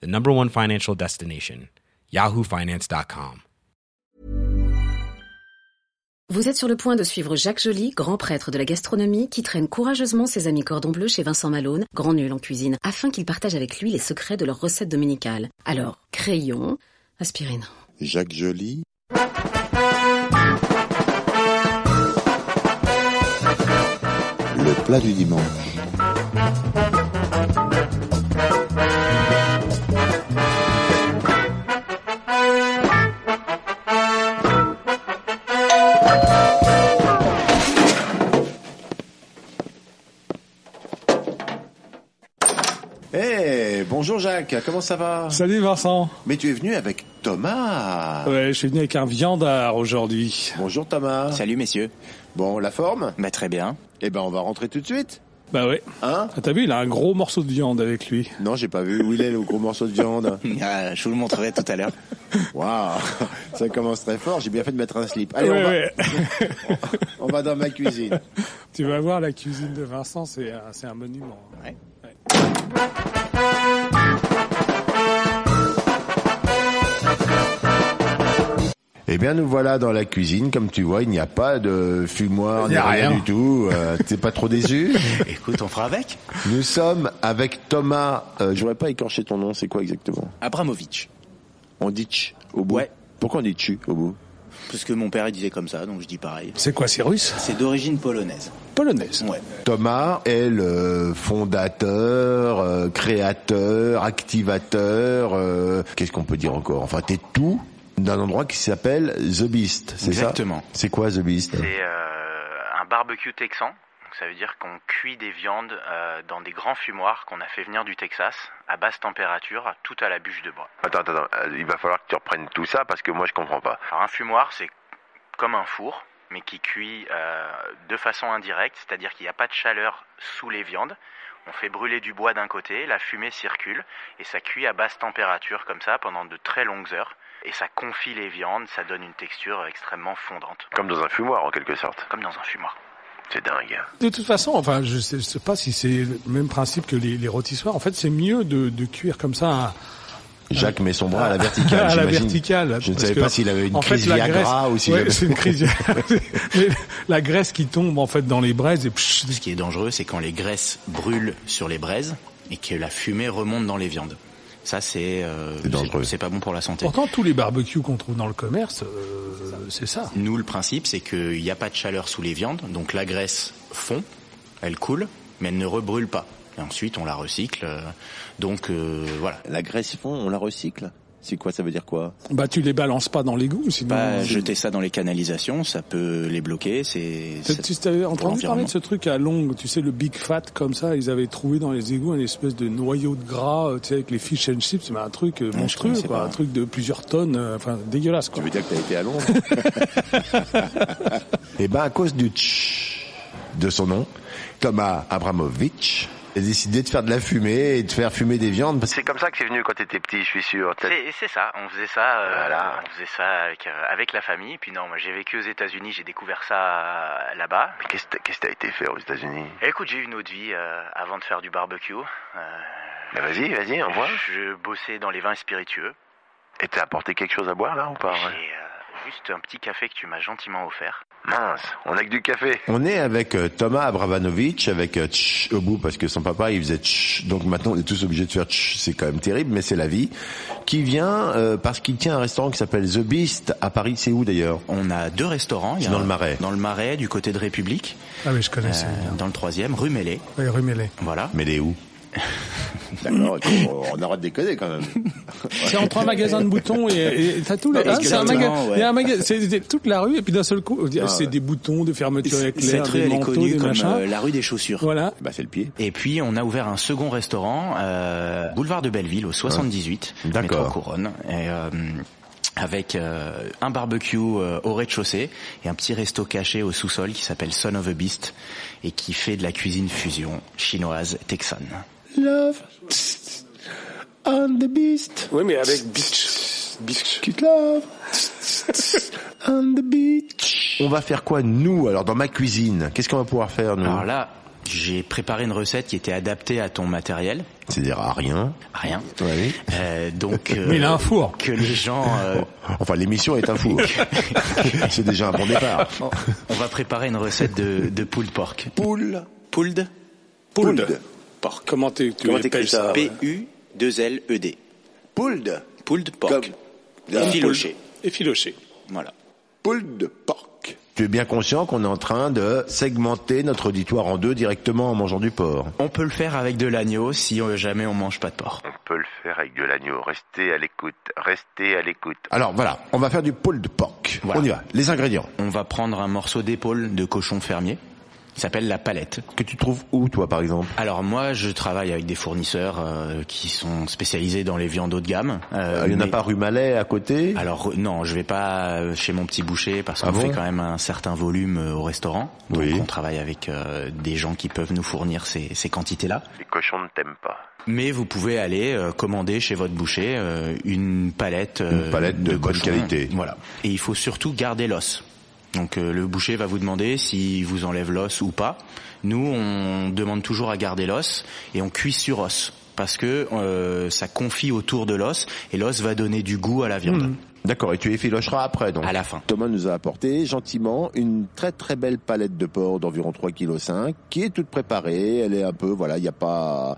the number one financial destination, yahoofinance.com. Vous êtes sur le point de suivre Jacques Joly, grand prêtre de la gastronomie, qui traîne courageusement ses amis cordon bleu chez Vincent Malone, grand nul en cuisine, afin qu'il partage avec lui les secrets de leurs recettes dominicales. Alors, crayon, aspirine. Jacques Joly, le plat du dimanche. Eh, bonjour Jacques, comment ça va Euh, Salut Vincent. Mais tu es venu avec Thomas Ouais, je suis venu avec un viandard aujourd'hui. Bonjour Thomas. Salut messieurs. Bon, la forme Bah très bien. Eh ben, on va rentrer tout de suite. Bah ouais. Hein Ah, T'as vu, il a un gros morceau de viande avec lui. Non, j'ai pas vu où il est le gros morceau de viande. Ah, je vous le montrerai tout à l'heure. Waouh, ça commence très fort. J'ai bien fait de mettre un slip. Allez, ouais, on, va, ouais. on va dans ma cuisine. tu vas voir la cuisine de Vincent, c'est un, c'est un monument. Ouais. Eh bien, nous voilà dans la cuisine. Comme tu vois, il n'y a pas de fumoir, Il n'y ni a rien rien. du tout. Euh, T'es pas trop déçu Écoute, on fera avec. Nous sommes avec Thomas. Euh, J'aurais pas écorché ton nom. C'est quoi exactement Abramovich. On dit tch au bout. Ouais. Pourquoi on dit tch au bout Parce que mon père il disait comme ça, donc je dis pareil. C'est quoi, c'est russe C'est d'origine polonaise. Polonaise. Ouais. Thomas est le fondateur, euh, créateur, activateur. euh, Qu'est-ce qu'on peut dire encore Enfin, t'es tout d'un endroit qui s'appelle The Beast. C'est ça Exactement. C'est quoi The Beast C'est euh, un barbecue texan. Donc ça veut dire qu'on cuit des viandes euh, dans des grands fumoirs qu'on a fait venir du Texas à basse température, tout à la bûche de bois. Attends, attends, attends, euh, il va falloir que tu reprennes tout ça parce que moi je comprends pas. Alors un fumoir, c'est comme un four, mais qui cuit euh, de façon indirecte, c'est-à-dire qu'il n'y a pas de chaleur sous les viandes. On fait brûler du bois d'un côté, la fumée circule, et ça cuit à basse température comme ça pendant de très longues heures. Et ça confie les viandes, ça donne une texture extrêmement fondante, Comme dans un fumoir en quelque sorte. comme dans un fumoir. C'est dingue. De toute façon, enfin, je sais, je sais pas si c'est le même principe que les, les rôtissoires. En fait, c'est mieux de, de cuire comme ça. à- Jacques met son bras à la Ah. verticale. à la Ah, j'imagine. verticale. Je ne parce savais que, pas s'il avait une en fait, crise la Viagra graisse- ou s'il Ouais, avait- c'est une crise Viagra. Mais la graisse qui tombe en fait dans les braises et psh, Ce qui est dangereux, c'est quand les graisses brûlent sur les braises et que la fumée remonte dans les viandes. Ça, c'est euh, C'est dangereux. c'est- C'est pas bon pour la santé. Pourtant, tous les barbecues qu'on trouve dans le commerce, euh, c'est ça. Nous, le principe, c'est qu'il n'y a pas de chaleur sous les viandes, donc la graisse fond, elle coule, mais elle ne rebrûle pas. Et ensuite, on la recycle. euh, Donc euh, voilà. La graisse fond, on la recycle. C'est quoi Ça veut dire quoi Bah, tu les balances pas dans l'égout, sinon. Pas c'est- jeter ça dans les canalisations, ça peut les bloquer. C'est T'as- c'est- Tu t'avais pour entendu parler de ce truc à longue, tu sais, le big fat comme ça, ils avaient trouvé dans les égouts un espèce de noyau de gras, euh, tu sais, avec les fish and chips, mais un truc euh, je monstrueux, connaissais quoi, pas. un truc de plusieurs tonnes, euh, enfin dégueulasse, Tu quoi. veux dire que t'as été à Londres Eh ben, à cause du tch de son nom, Thomas Abramovich a décidé de faire de la fumée et de faire fumer des viandes. Parce que C'est comme ça que c'est venu quand t'étais petit, je suis sûr. T'as- C'est, c'est ça, on faisait ça, euh, Voilà. on faisait ça avec, euh, avec la famille. Puis non, moi j'ai vécu aux États-Unis, j'ai découvert ça euh, là-bas. Mais qu'est-ce que qu'est-ce que t'as été faire aux États-Unis Et Écoute, j'ai eu une autre vie euh, avant de faire du barbecue. Euh, Bah, Vas-y, vas-y, au revoir. je bossais dans les vins spiritueux. Et t'as apporté quelque chose à boire là ou pas Ah ouais J'ai euh, juste un petit café que tu m'as gentiment offert. Mince, on a que du café. On est avec euh, Thomas Abramovich, avec euh, tch au bout, parce que son papa, il faisait tch. Donc maintenant, on est tous obligés de faire tch. C'est quand même terrible, mais c'est la vie. Qui vient euh, parce qu'il tient un restaurant qui s'appelle The Beast à Paris. C'est où d'ailleurs On a deux restaurants. il y C'est a dans un- le Marais. Dans le Marais, du côté de République, Ah oui, je connais euh, dans le troisième, rue Mêlée. Oui, rue Mêlée. Voilà. Mais il est où D'accord, on arrête de déconner quand même. C'est entre un magasin de boutons et et t'as tout. là. Parce Ah, que C'est un maintenant, magasin. ouais. Ah, Il y a un magasin. C'est c'est toute la rue et puis d'un seul coup, ah, c'est ouais. des boutons, des fermetures éclairs, Cette rue, des elle est manteaux, connue des comme machins. euh, la rue des chaussures. Voilà. Bah c'est le pied. Et puis on a ouvert un second restaurant, euh, boulevard de Belleville au 78, D'accord. métro Couronne, et, euh, avec euh, un barbecue euh, au rez-de-chaussée et un petit resto caché au sous-sol qui s'appelle Son of a Beast et qui fait de la cuisine fusion chinoise texane. Mmh. Love and the beast. Oui, mais avec bitch, bitch. Cute love and the beach. On va faire quoi nous alors dans ma cuisine Qu'est-ce qu'on va pouvoir faire nous Alors là, j'ai préparé une recette qui était adaptée à ton matériel. C'est-à-dire à rien. Rien. Ouais. Euh, donc euh, Mais il a un four. que les gens euh, Enfin l'émission est un fou. c'est déjà un bon départ. on- on va préparer une recette de, de pulled pork. Poule. Pulled Poule. Comment t'es- tu Comment appelles t'écris ça ça P-U-2-L-E-D. Pulled, E Pulled pork. Comme- Effiloché. Effiloché. Voilà. pulled pork. Tu es bien conscient qu'on est en train de segmenter notre auditoire en deux directement en mangeant du porc. On peut le faire avec de l'agneau si euh, jamais on mange pas de porc. On peut le faire avec de l'agneau. Restez à l'écoute. Restez à l'écoute. Alors voilà, on va faire du pulled pork. Voilà. On y va. Les ingrédients. On va prendre un morceau d'épaule de cochon fermier. Il s'appelle la palette. Que tu trouves où toi par exemple Alors moi, je travaille avec des fournisseurs euh, qui sont spécialisés dans les viandes haut de gamme. Euh, Ah, Il n'y en a mais- pas rue Malais à côté Alors euh, non, je vais pas euh, chez mon petit boucher parce qu'on Ah bon fait quand même un certain volume euh, au restaurant. Donc Oui. on travaille avec euh, des gens qui peuvent nous fournir ces, ces quantités-là. Les cochons ne t'aiment pas. Mais vous pouvez aller euh, commander chez votre boucher euh, une palette, euh, Une palette de bonne cochon. qualité. Voilà. Et il faut surtout garder l'os. Donc euh, le boucher va vous demander s'il vous enlève l'os ou pas. Nous, on demande toujours à garder l'os et on cuit sur os parce que euh, ça confie autour de l'os et l'os va donner du goût à la viande Hmm. D'accord, et tu effilocheras après donc à la fin. Thomas nous a apporté gentiment une très très belle palette de porc d'environ 3,5 kg qui est toute préparée, elle est un peu voilà, il y a pas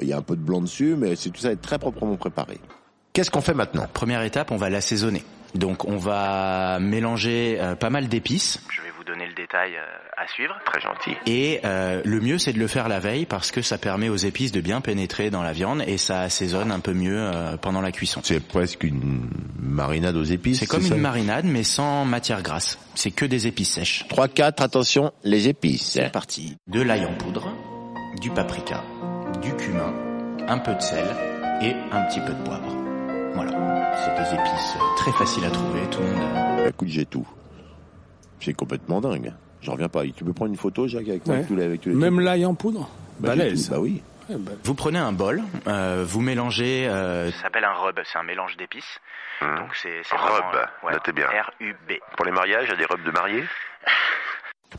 il y a un peu de blanc dessus mais c'est tout ça est très proprement préparé. Qu'est-ce qu'on fait maintenant Première étape, on va l'assaisonner. Donc on va mélanger euh, pas mal d'épices Je vais vous donner le détail euh, à suivre. Très gentil. Et euh, le mieux, c'est de le faire la veille parce que ça permet aux épices de bien pénétrer dans la viande et ça assaisonne un peu mieux euh, pendant la cuisson. C'est presque une marinade aux épices. C'est comme ça une marinade mais sans matière grasse. C'est que des épices sèches. 3 4 attention, les épices. C'est parti. De l'ail en poudre, du paprika, du cumin, un peu de sel et un petit peu de poivre. Voilà. C'est des épices euh, très faciles à trouver. Tout le monde. euh, Écoute, j'ai tout. C'est complètement dingue. J'en reviens pas. Tu peux prendre une photo Jacques avec, Ouais. avec tous les avec tous les Même l'ail en poudre. Bah, j'ai tout. Bah oui. Ouais, balèze. Vous prenez un bol, euh, vous mélangez euh, Ça s'appelle un rub, c'est un mélange d'épices. Mmh. Hmm. Hein Donc c'est c'est Rub, vraiment, euh, notez bien. R-U-B. Pour les mariages, il y a des robes de mariée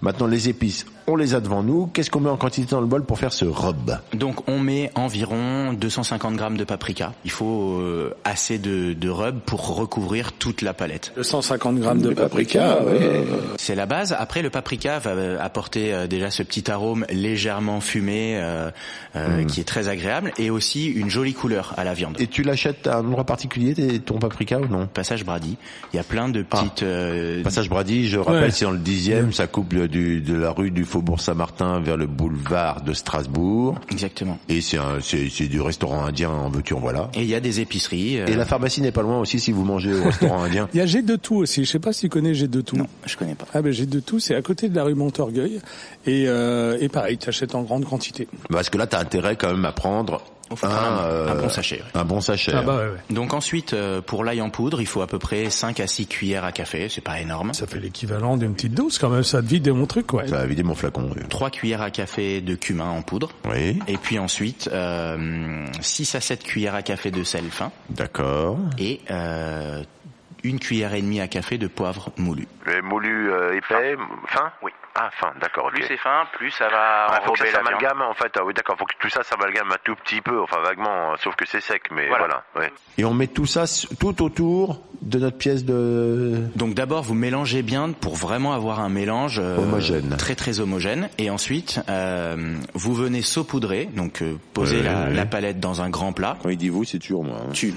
Maintenant les épices, on les a devant nous. Qu'est-ce qu'on met en quantité dans le bol pour faire ce robe Donc on met environ 250 grammes de paprika. Il faut euh, assez de, de rub pour recouvrir toute la palette. 250 grammes de paprika. euh, C'est la base. Après le paprika va euh, apporter euh, déjà ce petit arôme légèrement fumé euh, euh, qui est très agréable et aussi une jolie couleur à la viande. Et tu l'achètes à un endroit particulier t'es- ton paprika ou non Passage Brady, il y a plein de petites euh, Passage Brady, je rappelle, Ouais. c'est dans le dixième, ça coupe le- du, de la rue du Faubourg Saint-Martin vers le boulevard de Strasbourg. exactement. Et c'est un- c'est c'est du restaurant indien, en veux-tu, en voilà. Et il y a des épiceries. euh, Et la pharmacie n'est pas loin aussi si vous mangez au restaurant indien. Il y a G de tout aussi. Je sais pas si tu connais G de tout. Non, je connais pas. Ah ben G de tout, c'est à côté de la rue Montorgueil et, euh, et pareil, t'achètes en grande quantité. Parce que là, t'as intérêt quand même à prendre Au fond, un, un, euh, bon sachet. Ah bah ouais. un bon sachet. ouais, ouais. Donc ensuite, euh, pour l'ail en poudre, il faut à peu près 5 à 6 cuillères à café. C'est pas énorme. Ça fait l'équivalent d'une petite dose quand même, ça te vide mon truc quoi. Ça a vidé mon flacon. oui. 3 cuillères à café de cumin en poudre. Oui, Et puis ensuite, euh, 6 à 7 cuillères à café de sel fin d'accord. et euh, une cuillère et demie à café de poivre moulu. Le moulu euh, épais, fin Oui. Ah, fin, d'accord, ok. Plus c'est fin, plus ça va Ah, faut que enrober ça la viande. s'amalgame en fait. Ah oui, d'accord, faut que tout ça s'amalgame un tout petit peu, enfin vaguement, hein, sauf que c'est sec, mais voilà. Voilà. ouais. Et on met tout ça s- tout autour de notre pièce de... Donc d'abord, vous mélangez bien pour vraiment avoir un mélange euh, Homogène. très très homogène. Et ensuite, euh, vous venez saupoudrer, donc euh, poser Ouais, la, ouais. la palette dans un grand plat. Quand il dit vous, c'est toujours moi. hein. Tu-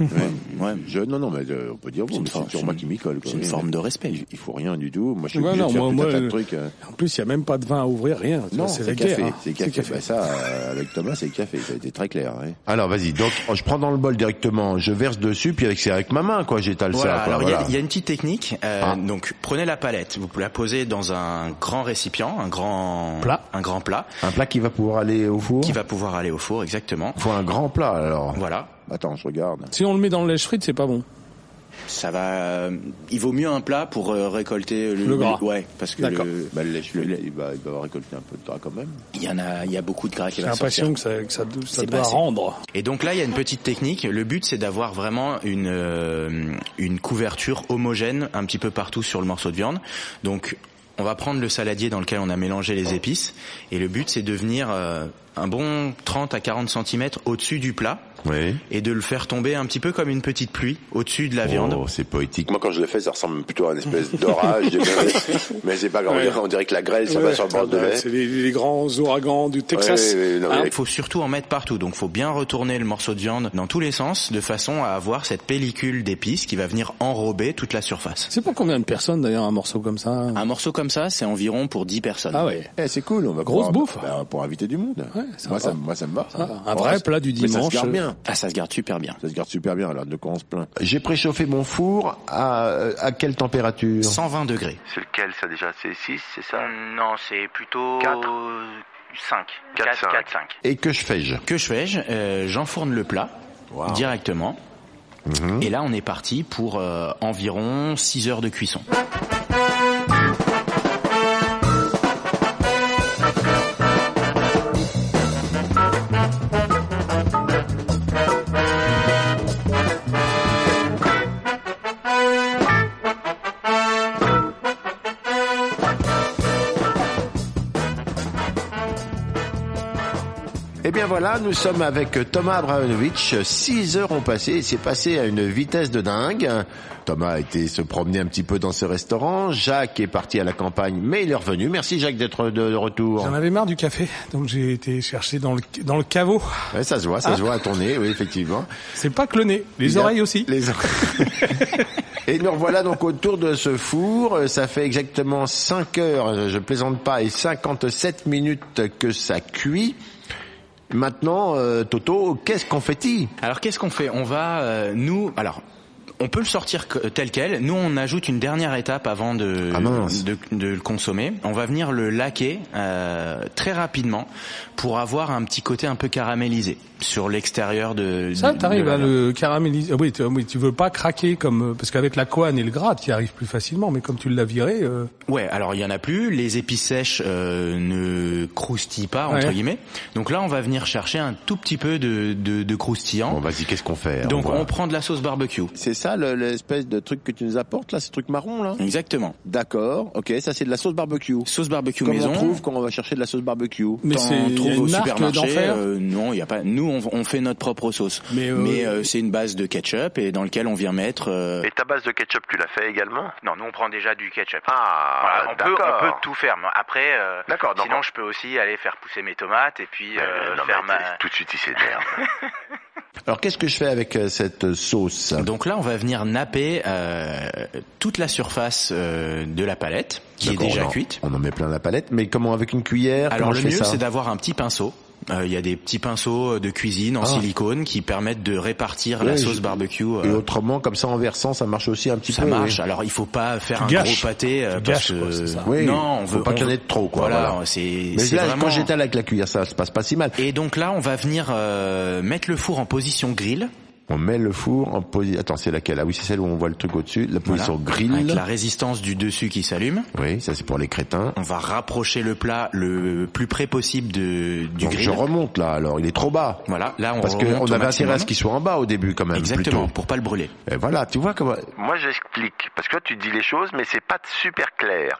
Ouais. Je, non, non, mais euh, on peut dire C'est vous, une mais c'est forme- toujours moi qui m'y colle. quoi. C'est une Oui, forme de respect. Il faut rien du tout. Moi, je suis Ouais, obligé non, de faire moi- tout un moi, tas de euh, trucs. hein. En plus plus, il n'y a même pas de vin à ouvrir, rien. Tu Non, vois, c'est c'est la café, guerre, hein. c'est café. Bah, ça, euh, avec Thomas, c'est café. Ça a été très clair. hein. ouais. Alors, vas-y. Donc, oh, je prends dans le bol directement, je verse dessus, puis avec c'est avec ma main, quoi, j'étale Voilà, ça. Quoi, alors il y a- voilà. il y, a une petite technique. euh, Ah. Donc prenez la palette, vous la posez dans un grand récipient, un grand Plat. Oh. un grand plat Un plat qui va pouvoir aller au four. qui va pouvoir aller au four exactement. Faut un grand plat alors. Voilà. Attends, je regarde. Si on le met dans le lèche frites, c'est pas bon. Ça va. euh, il vaut mieux un plat pour euh, récolter le, Le gras. ouais, parce que D'accord. le- Bah, le lèche il va, il va récolter un peu de gras quand même. il y en a, il y a beaucoup de gras qui J'ai va sortir. l'impression que ça, que ça, que ça C'est doit pas assez. rendre. Et donc là, il y a une petite technique. Le but, c'est d'avoir vraiment une euh, une couverture homogène un petit peu partout sur le morceau de viande. Donc, on va prendre le saladier dans lequel on a mélangé les épices, et le but, c'est de venir euh, un bon 30 à 40 cm au-dessus du plat Oui. et de le faire tomber un petit peu comme une petite pluie au-dessus de la viande. Oh, c'est poétique. Moi, quand je le fais, ça ressemble plutôt à une espèce d'orage. mais- mais c'est pas grave. On Ouais. dirait- On dirait que la grêle, ça Ouais. va sur le bord de Ouais, lait. C'est les, les grands ouragans du Texas. Ah, Ouais, ouais, ouais, non, Il mais- faut surtout en mettre partout, donc faut bien retourner le morceau de viande dans tous les sens, de façon à avoir cette pellicule d'épices qui va venir enrober toute la surface. C'est pour combien de personnes d'ailleurs un morceau comme ça Ah, Un morceau comme ça, c'est environ pour 10 personnes. Ah ouais. Eh, c'est cool, on va Grosse pouvoir- bouffe. bah, pour inviter du monde. Ouais, ça moi, va. ça, me- moi, ça me va. ça Ah, me va. un Oh, vrai ça- plat du Mais ça se dimanche. euh. garde bien. Ah, ça se garde super bien. Ça se garde super bien, alors de quoi on se plaint. J'ai préchauffé mon four à, à quelle température 120 degrés. C'est lequel ça déjà C'est 6, c'est ça Euh, Non, c'est plutôt... Quatre. 5. Quatre, cinq. 4, 5. Et que je fais-je Que je fais-je Euh, J'enfourne le plat Wow. Mhm. directement. Et là, on est parti pour euh, environ 6 heures de cuisson. Eh bien voilà, nous sommes avec Thomas Abramovich. Six heures ont passé et c'est passé à une vitesse de dingue. Thomas a été se promener un petit peu dans ce restaurant. Jacques est parti à la campagne, mais il est revenu. Merci Jacques d'être de de retour. J'en avais marre du café, donc j'ai été chercher dans le, dans le caveau. Ouais, ça se voit, ça se voit à ton nez, oui, effectivement. C'est pas que le nez, Ah. les Il a- oreilles aussi. Les oreilles. Et nous revoilà donc autour de ce four. Euh, Ça fait exactement 5 heures, euh, je plaisante pas, et 57 minutes que ça cuit. Maintenant, euh, Toto, qu'est-ce qu'on fait-il Alors, qu'est-ce qu'on fait On va, euh, nous, alors. On peut le sortir que- tel quel. Nous, on ajoute une dernière étape avant de, Ah mince. de, de le consommer. On va venir le laquer euh, très rapidement pour avoir un petit côté un peu caramélisé sur l'extérieur de. Ça, de- t'arrives de la à le caraméliser. Ah Oui, tu, oui, tu veux pas craquer comme euh, parce qu'avec la couane et le gras, tu y arrives plus facilement. Mais comme tu l'as viré, euh, Ouais, alors il y en a plus. Les épices sèches euh, ne croustillent pas entre Ouais. guillemets. Donc là, on va venir chercher un tout petit peu de, de, de Bon, croustillant. vas-y, qu'est-ce qu'on fait ben, Donc voit. on prend de la sauce barbecue. C'est ça le- l'espèce de truc que tu nous apportes là, ce truc marron là Exactement. D'accord, ok, ça c'est de la sauce barbecue. Sauce barbecue Comme maison. on trouve quand on va chercher de la sauce barbecue. Mais T'en c'est trouves au une marque supermarché d'enfer. euh, Non, il y a pas. Nous, on, on fait notre propre sauce. Mais, euh, euh, c'est une base de ketchup et dans lequel on vient mettre. euh, Et ta base de ketchup, tu l'as fait également Non, nous on prend déjà du ketchup. Ah, Voilà, on, peut, d'accord. on peut tout faire. mais Après, euh, D'accord, donc sinon on- je peux aussi aller faire pousser mes tomates et puis euh, Euh, non, faire mais ma... t'es- tout de suite, il s'énerve. Alors qu'est-ce que je fais avec euh, cette sauce Donc là, on va venir napper euh, toute la surface euh, de la palette qui est D'accord, déjà on en- cuite. On en met plein la palette, mais comment avec une cuillère Alors comment le je fais mieux, ça c'est d'avoir un petit pinceau. Euh, Il y a des petits pinceaux de cuisine en Ah. silicone qui permettent de répartir la Ouais, sauce je- barbecue. euh, Et autrement, comme ça en versant, ça marche aussi un petit ça peu. oui. marche. Alors il faut pas faire un gâches. gros pâté euh, Tu parce gâches, quoi, c'est ça. que Oui, non, on faut veut pas on qu'il y en veut- ait de trop, quoi, Voilà, voilà. c'est Mais c'est là, vraiment. quand j'étale avec la cuillère, ça se passe pas si mal. Et donc là, on va venir euh, mettre le four en position grill. On met le four en position. Attends, c'est laquelle Ah oui, c'est celle où on voit le truc au-dessus, la Voilà. position Avec grill. la résistance du dessus qui s'allume. Oui, ça c'est pour les crétins. On va rapprocher le plat le plus près possible de, du Donc grill. je remonte là, alors il est trop bas. Voilà, là on Parce qu'on remonte au avait intérêt à maximum. ce qu'il soit en bas au début quand même. Exactement, plutôt. pour pas le brûler. Et voilà, tu vois comment. Moi, j'explique. Parce que toi, tu dis les choses, mais c'est pas super clair.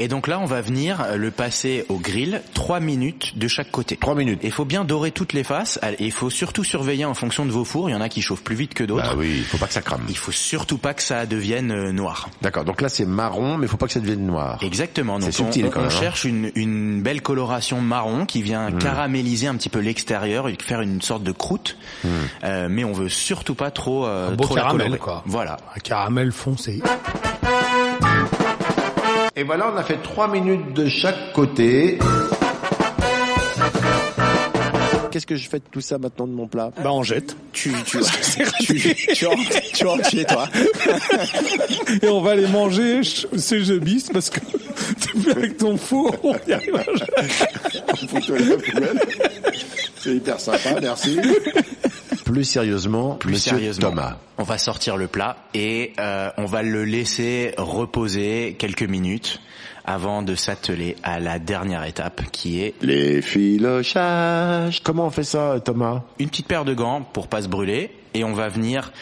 Et donc là, on va venir euh, le passer au grill, trois minutes de chaque côté. Trois minutes. Il faut bien dorer toutes les faces et il faut surtout surveiller en fonction de vos fours. Il y en a qui chauffent plus vite que d'autres. Bah oui, faut pas que ça crame. Il faut surtout pas que ça devienne euh, noir. D'accord. Donc là c'est marron, mais faut pas que ça devienne noir. Exactement. Donc C'est subtil, on, quand on même, hein. Hmm. cherche une, une belle coloration marron qui vient caraméliser un petit peu l'extérieur et faire une sorte de croûte. Hmm. Euh, mais on veut surtout pas trop euh, Un beau trop la caramel, colorer. quoi. Voilà. un caramel foncé. Et voilà, on a fait trois minutes de chaque côté. Qu'est-ce que je fais de tout ça maintenant de mon plat Bah on jette. Tu, tu, tu, tu, tu, rentres- tu rentres chez toi. Et on va les manger ch- ces jebis parce que t'es plus avec ton four. on y arrive à jeter. Fous-toi la poubelle. C'est hyper sympa, merci. Plus sérieusement, Plus monsieur sérieusement, Thomas. on va sortir le plat et euh, on va le laisser reposer quelques minutes avant de s'atteler à la dernière étape qui est Les filochages. Comment on fait ça, Thomas une petite paire de gants pour pas se brûler et on va venir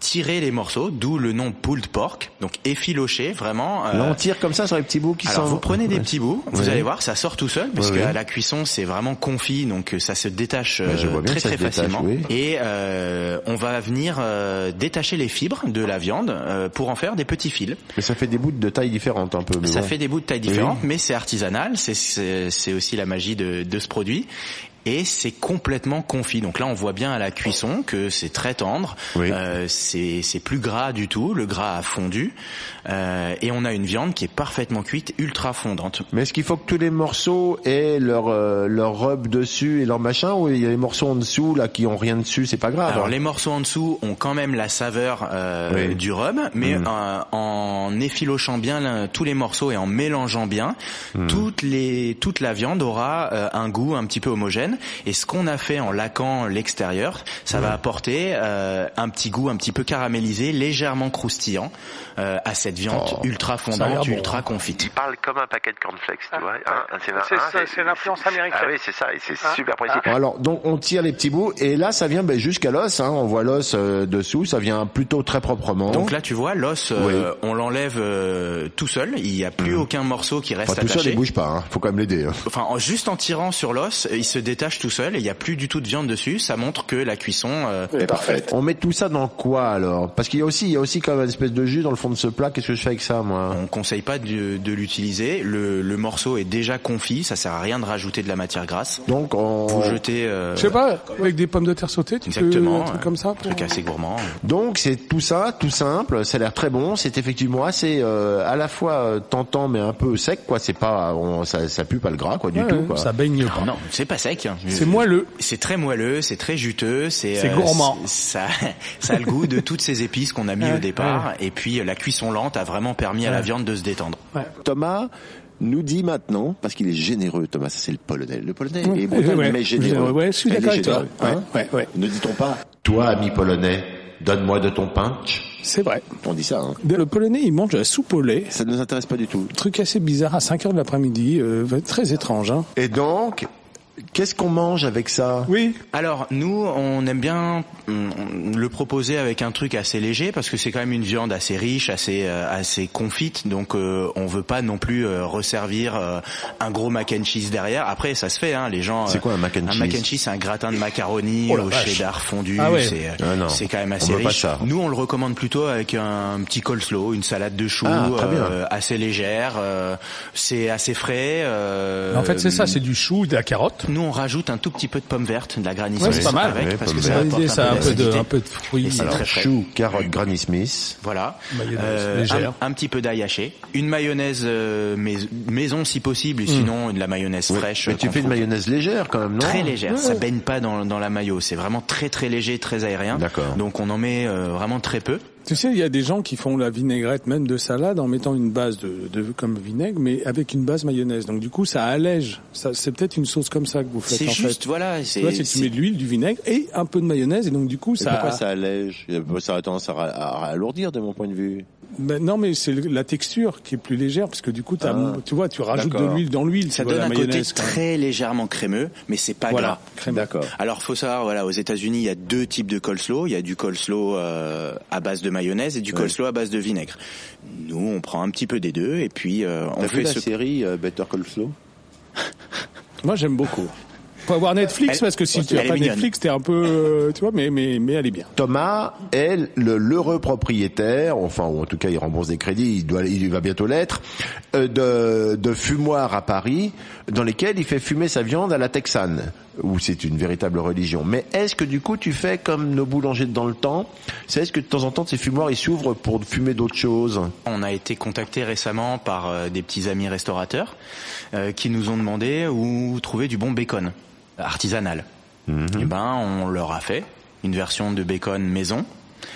tirer les morceaux, d'où le nom pulled pork, donc effiloché vraiment. euh, Là, on tire comme ça sur les petits bouts qui alors sont... vous prenez des Ouais. petits bouts, vous Ouais. allez voir, ça sort tout seul parce Ouais, que ouais. à la cuisson c'est vraiment confit, donc euh, ça se détache euh, Ouais, je vois bien très que ça très se détache, facilement. oui. Et euh, on va venir euh, détacher les fibres de la viande euh, pour en faire des petits fils. Mais ça fait des bouts de taille différente un peu. mais Ça bon. fait des bouts de taille différente, mais c'est artisanal, c'est- c'est c'est aussi la magie de, de ce produit. Et c'est complètement confit. Donc là, on voit bien à la cuisson que c'est très tendre. Oui. Euh, c'est c'est plus gras du tout. Le gras a fondu. Euh, et on a une viande qui est parfaitement cuite, ultra fondante. Mais est-ce qu'il faut que tous les morceaux aient leur euh, leur robe dessus et leur machin ou il y a les morceaux en dessous là qui ont rien dessus, c'est pas grave. Alors hein les morceaux en dessous ont quand même la saveur euh, Oui. Mm. du rhum, mais euh, en effilochant bien l'un- tous les morceaux et en mélangeant bien, Mm. toutes les, toute la viande aura euh, un goût un petit peu homogène. Et ce qu'on a fait en laquant l'extérieur, ça Mm. va apporter euh, un petit goût un petit peu caramélisé, légèrement croustillant euh, à cette viande Oh, ultra a l'air fondante, bon, hein. ultra confite. Il parle comme un paquet de cornflakes, tu vois. hein, c'est c'est hein, ça, c'est l'influence américaine. Ah oui, c'est ça, et c'est Hein, super précis. Bon, Alors donc on tire les petits bouts et là ça vient ben, jusqu'à l'os. Hein, on voit l'os euh, dessous, ça vient plutôt très proprement. Donc là, tu vois, l'os, euh, on l'enlève euh, tout seul. Il n'y a plus aucun morceau qui reste Mm. enfin, tout attaché. seul, il bouge pas. Hein, faut quand même l'aider. hein. Enfin, en- juste en tirant sur l'os, euh, il se détache tout seul et il n'y a plus du tout de viande dessus. Ça montre que la cuisson. euh, Elle est parfaite. On met tout ça dans quoi alors Parce qu'il y a aussi il y a aussi comme une espèce de jus dans le fond de ce plat. Qu'est-ce que je fais avec ça moi on conseille pas de, de l'utiliser. Le, le morceau est déjà confit. Ça sert à rien de rajouter de la matière grasse. Donc on Vous jetez. euh, Je sais pas, avec des pommes de terre sautées, tu Exactement. peux un truc euh, comme ça. Un pour- truc assez gourmand. Donc c'est tout ça, tout simple, ça a l'air très bon, c'est effectivement assez euh, à la fois euh, tentant mais un peu sec quoi, c'est pas on, ça ça pue pas le gras quoi du Ouais, tout ouais, quoi. Ça baigne pas. Non, c'est pas sec. hein. C'est moelleux. C'est très moelleux, c'est très juteux, c'est C'est gourmand. c'est- Ça, ça a le goût de toutes ces épices qu'on a mis au départ. Et puis euh, la cuisson lente a vraiment permis à la viande de se détendre. Thomas nous dit maintenant, parce qu'il est généreux, Thomas, ça, c'est le polonais. Le polonais est ouais, brutal, ouais. mais généreux. Ouais, je suis Il est d'accord avec toi. généreux, hein. Ouais, ouais, ouais. Ne dit-on pas Toi ami polonais, donne-moi de ton punch. C'est vrai. On dit ça, hein. Le polonais, il mange de la soupe au lait. Ça ne nous intéresse pas du tout. Truc assez bizarre à 5 heures de l'après-midi, euh, très étrange. Hein. Et donc qu'est-ce qu'on mange avec ça Oui. Alors nous, on aime bien mm, le proposer avec un truc assez léger parce que c'est quand même une viande assez riche, assez euh, assez confite, donc euh, on veut pas non plus euh, resservir euh, un gros mac and cheese derrière. Après, ça se fait, hein, les gens. C'est euh, quoi un mac and Un cheese mac and cheese, c'est un gratin de macaroni Oh la au vache. cheddar fondu. Ah ouais. C'est Ah non, c'est quand même on assez veut pas riche. ça. Nous, on le recommande plutôt avec un petit coleslaw, une salade de choux Ah, très bien. euh, assez légère. euh, c'est assez frais. euh, en fait, c'est ça, c'est du chou, de la carotte. nous, on rajoute un tout petit peu de pommes vertes, de la granissime. Ouais, c'est pas mal. Avec, Ouais, parce pommes que C'est ça vertes. apporte l'idée, ça, un peu de, d'acidité. un peu de fruits. Et c'est Alors très frais. chou, carotte, Granny Smith. Voilà. Mayonnaise Euh, légère. un, un petit peu d'ail haché. Une mayonnaise euh, mais- maison si possible, Mm. et sinon de la mayonnaise fraîche. Mais euh, tu qu'on fais une trouve mayonnaise légère quand même, non hein. Très légère, ça baigne pas dans, dans la mayo. C'est vraiment très très léger, très aérien. D'accord. Donc on en met euh, vraiment très peu. Tu sais, il y a des gens qui font la vinaigrette même de salade en mettant une base de, de comme vinaigre, mais avec une base mayonnaise. Donc du coup, ça allège. Ça, c'est peut-être une sauce comme ça que vous faites C'est en juste, fait. voilà. Tu vois, c'est c'est tu mets de l'huile, du vinaigre et un peu de mayonnaise, et donc du coup, Et ça. Pourquoi ça allège Ça a tendance à, ra- à ralourdir de mon point de vue. Ben non, mais c'est le- la texture qui est plus légère, parce que du coup, t'as- tu vois, tu rajoutes de d'accord. l'huile dans l'huile. Ah. Ça tu vois, donne la un côté mayonnaise, quand même. très légèrement crémeux, mais c'est pas Voilà. gras. Crème. D'accord. Alors faut savoir, voilà, aux États-Unis, il y a deux types de coleslaw. Il y a du coleslaw euh, à base de mayonnaise et du coleslaw à base de vinaigre. Nous, on prend un petit peu des deux et puis euh, on T'as vu fait la ce. série euh, Better Call Saul Moi, j'aime beaucoup. Faut avoir Netflix Elle- parce que si tu as elle est pas mignonne. Netflix, t'es un peu, euh, tu vois, mais mais mais elle est bien. Thomas est le- l'heureux propriétaire, enfin ou en tout cas il rembourse des crédits, il, doit, il va bientôt l'être, euh, de, de fumoirs à Paris dans lesquels il fait fumer sa viande à la texane, où c'est une véritable religion. Mais est-ce que du coup tu fais comme nos boulangers de dans le temps C'est est-ce que de temps en temps ces fumoirs ils s'ouvrent pour fumer d'autres choses On a été contacté récemment par euh, des petits amis restaurateurs euh, qui nous ont demandé où trouver du bon bacon artisanal. Mhm. Eh ben, on leur a fait une version de bacon maison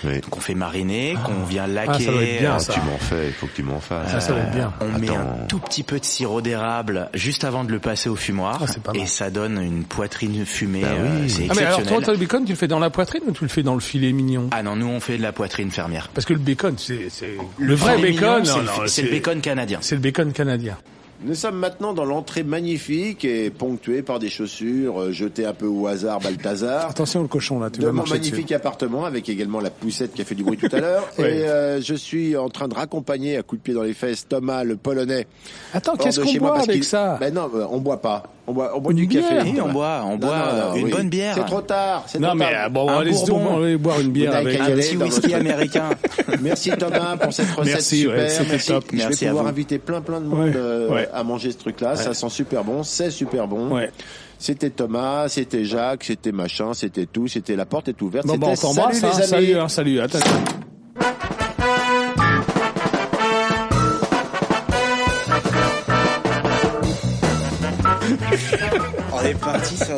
Oui. qu'on fait mariner, qu'on vient laquer. Ah. ça doit être bien, euh, ça. Ah, Tu m'en fais, il faut que tu m'en fasses. Ah, Ça, ça va être bien. On met Attends. un tout petit peu de sirop d'érable juste avant de le passer au fumoir Ah, c'est pas mal. et ça donne une poitrine fumée. Bah oui. euh, c'est Ah mais alors toi, exceptionnel. toi, le bacon, tu le fais dans la poitrine ou tu le fais dans le filet mignon ah non, nous on fait de la poitrine fermière. Parce que le bacon, c'est c'est le vrai filet bacon. mignon, c'est non, le- non, c'est le bacon canadien. C'est le bacon canadien. Nous sommes maintenant dans l'entrée magnifique et ponctuée par des chaussures euh, jetées un peu au hasard Balthazar. Attention le cochon là, tu de vas mon marcher magnifique dessus. appartement avec également la poussette qui a fait du bruit tout à l'heure. Ouais. Et euh, je suis en train de raccompagner à coups de pied dans les fesses Thomas le Polonais. Attends, hors qu'est-ce de qu'on chez moi boit parce avec qu'il- ça Ben non, euh, on boit pas. On boit, on boit Une du bière. café. Oui, on boit, on boit, euh, une bonne bière. C'est trop tard. c'est Non trop mais tard. euh, bon, on va laisser- bourbon. on va aller boire une bière Vous n'avez avec. qu'à Un Quel est petit dans whisky votre- américain. Merci Thomas pour cette recette Merci, super. ouais, c'était merci. top. Je Merci à vais pouvoir vous. inviter plein plein de monde Ouais, euh, ouais. à manger ce truc-là. Ça sent super bon, c'est super bon. Ouais. C'était Thomas, c'était Jacques, c'était machin, c'était tout, c'était la porte est ouverte. Bon, bah, on c'était t'embrasse, salut hein, les amis. salut, hein, salut, attention. On est parti sur